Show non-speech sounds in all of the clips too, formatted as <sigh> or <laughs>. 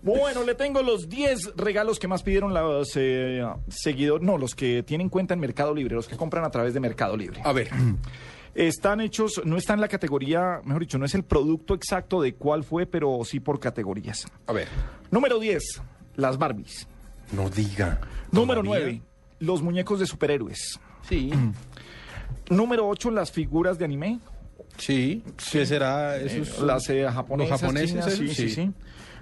Bueno, le tengo los 10 regalos que más pidieron los eh, seguidores, no, los que tienen cuenta en Mercado Libre, los que compran a través de Mercado Libre. A ver. Están hechos, no está en la categoría, mejor dicho, no es el producto exacto de cuál fue, pero sí por categorías. A ver. Número 10, las Barbies. No diga. Número Todavía. 9, los muñecos de superhéroes. Sí. Número 8, las figuras de anime, Sí. ¿Qué será? Esos, las eh, japonesas. los japoneses, chinas, esos, sí, sí, sí. sí.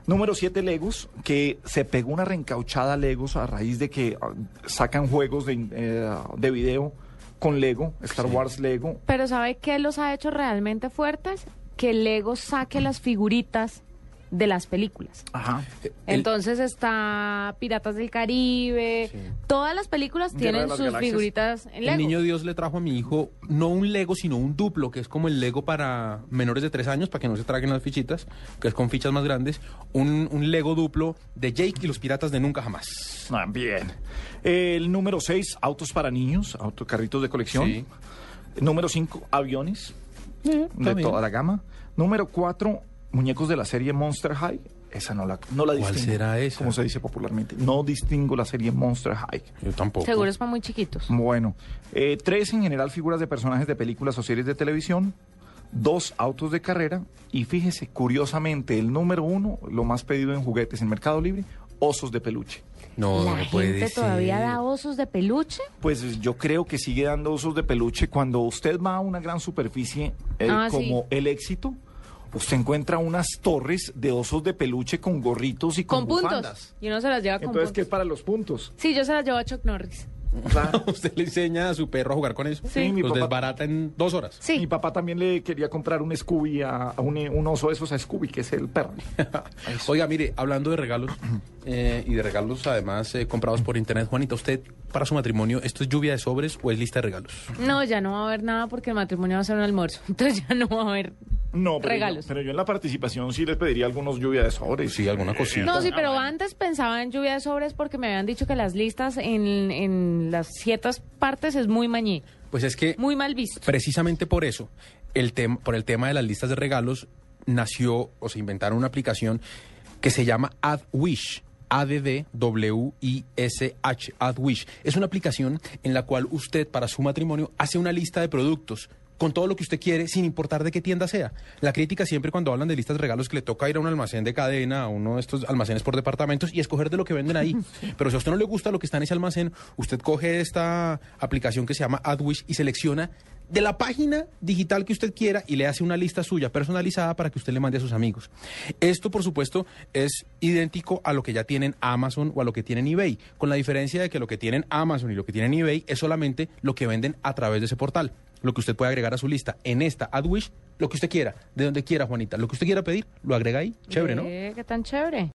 Número 7, Legos, que se pegó una reencauchada a Legos a raíz de que ah, sacan juegos de, eh, de video con Lego, Star Wars Lego. Pero ¿sabe qué los ha hecho realmente fuertes? Que Lego saque las figuritas de las películas. Ajá. El- Entonces está Piratas del Caribe, Sí. todas las películas Guerra de tienen las sus Galaxias. figuritas en Lego. El niño Dios le trajo a mi hijo no un Lego, sino un duplo, que es como el Lego para menores de tres años, para que no se traguen las fichitas, que es con fichas más grandes. Un, un Lego duplo de Jake y los piratas de Nunca Jamás. Ah, bien. El número 6, autos para niños, autocarritos de colección. Sí. Número 5, aviones de también. toda la gama. Número 4, muñecos de la serie Monster High. Esa no la, no la ¿Cuál distingo. será esa? Como se dice popularmente. No distingo la serie Monster High. Yo tampoco. Seguro es para muy chiquitos. Bueno, eh, tres en general figuras de personajes de películas o series de televisión, dos autos de carrera y fíjese, curiosamente, el número uno, lo más pedido en juguetes en Mercado Libre, osos de peluche. No, la no puede gente todavía ser. da osos de peluche. Pues yo creo que sigue dando osos de peluche. Cuando usted va a una gran superficie eh, Ah, sí. como el éxito, usted encuentra unas torres de osos de peluche con gorritos y con, Con, puntos. bufandas. Y uno se las lleva con Entonces, ¿qué es puntos. para los puntos? Sí, yo se las llevo a Chuck Norris. <laughs> Claro. <laughs> ¿Usted le enseña a su perro a jugar con eso? Sí, mi Los papá- desbarata en dos horas. Sí. Mi papá también le quería comprar un Scooby, a, a un, un oso de esos a Scooby, que es el <laughs> perro. Oiga, mire, hablando de regalos <clears throat> eh, y de regalos además eh, comprados por internet, Juanita, ¿usted para su matrimonio esto es lluvia de sobres o es lista de regalos? No, ya no va a haber nada porque el matrimonio va a ser un almuerzo. <laughs> Entonces ya no va a haber No, pero regalos. Yo, pero yo en la participación sí les pediría algunos lluvia de sobres. Sí, alguna cosita. No, sí, pero antes pensaba en lluvia de sobres porque me habían dicho que las listas en, en las ciertas partes es muy mañí, Pues es que muy mal visto. precisamente por eso, el tem- por el tema de las listas de regalos, nació o se inventaron una aplicación que se llama AdWish. A-D-D-W-I-S-H, AdWish. Es una aplicación en la cual usted, para su matrimonio, hace una lista de productos con todo lo que usted quiere, sin importar de qué tienda sea. La crítica siempre cuando hablan de listas de regalos que le toca ir a un almacén de cadena, a uno de estos almacenes por departamentos y escoger de lo que venden ahí. Pero si a usted no le gusta lo que está en ese almacén, usted coge esta aplicación que se llama AdWish y selecciona de la página digital que usted quiera y le hace una lista suya personalizada para que usted le mande a sus amigos. Esto, por supuesto, es idéntico a lo que ya tienen Amazon o a lo que tienen eBay, con la diferencia de que lo que tienen Amazon y lo que tienen eBay es solamente lo que venden a través de ese portal, lo que usted puede agregar a su lista. En esta, AdWish, lo que usted quiera, de donde quiera, Juanita, lo que usted quiera pedir, lo agrega ahí. Chévere, ¿no? Eh, qué tan chévere.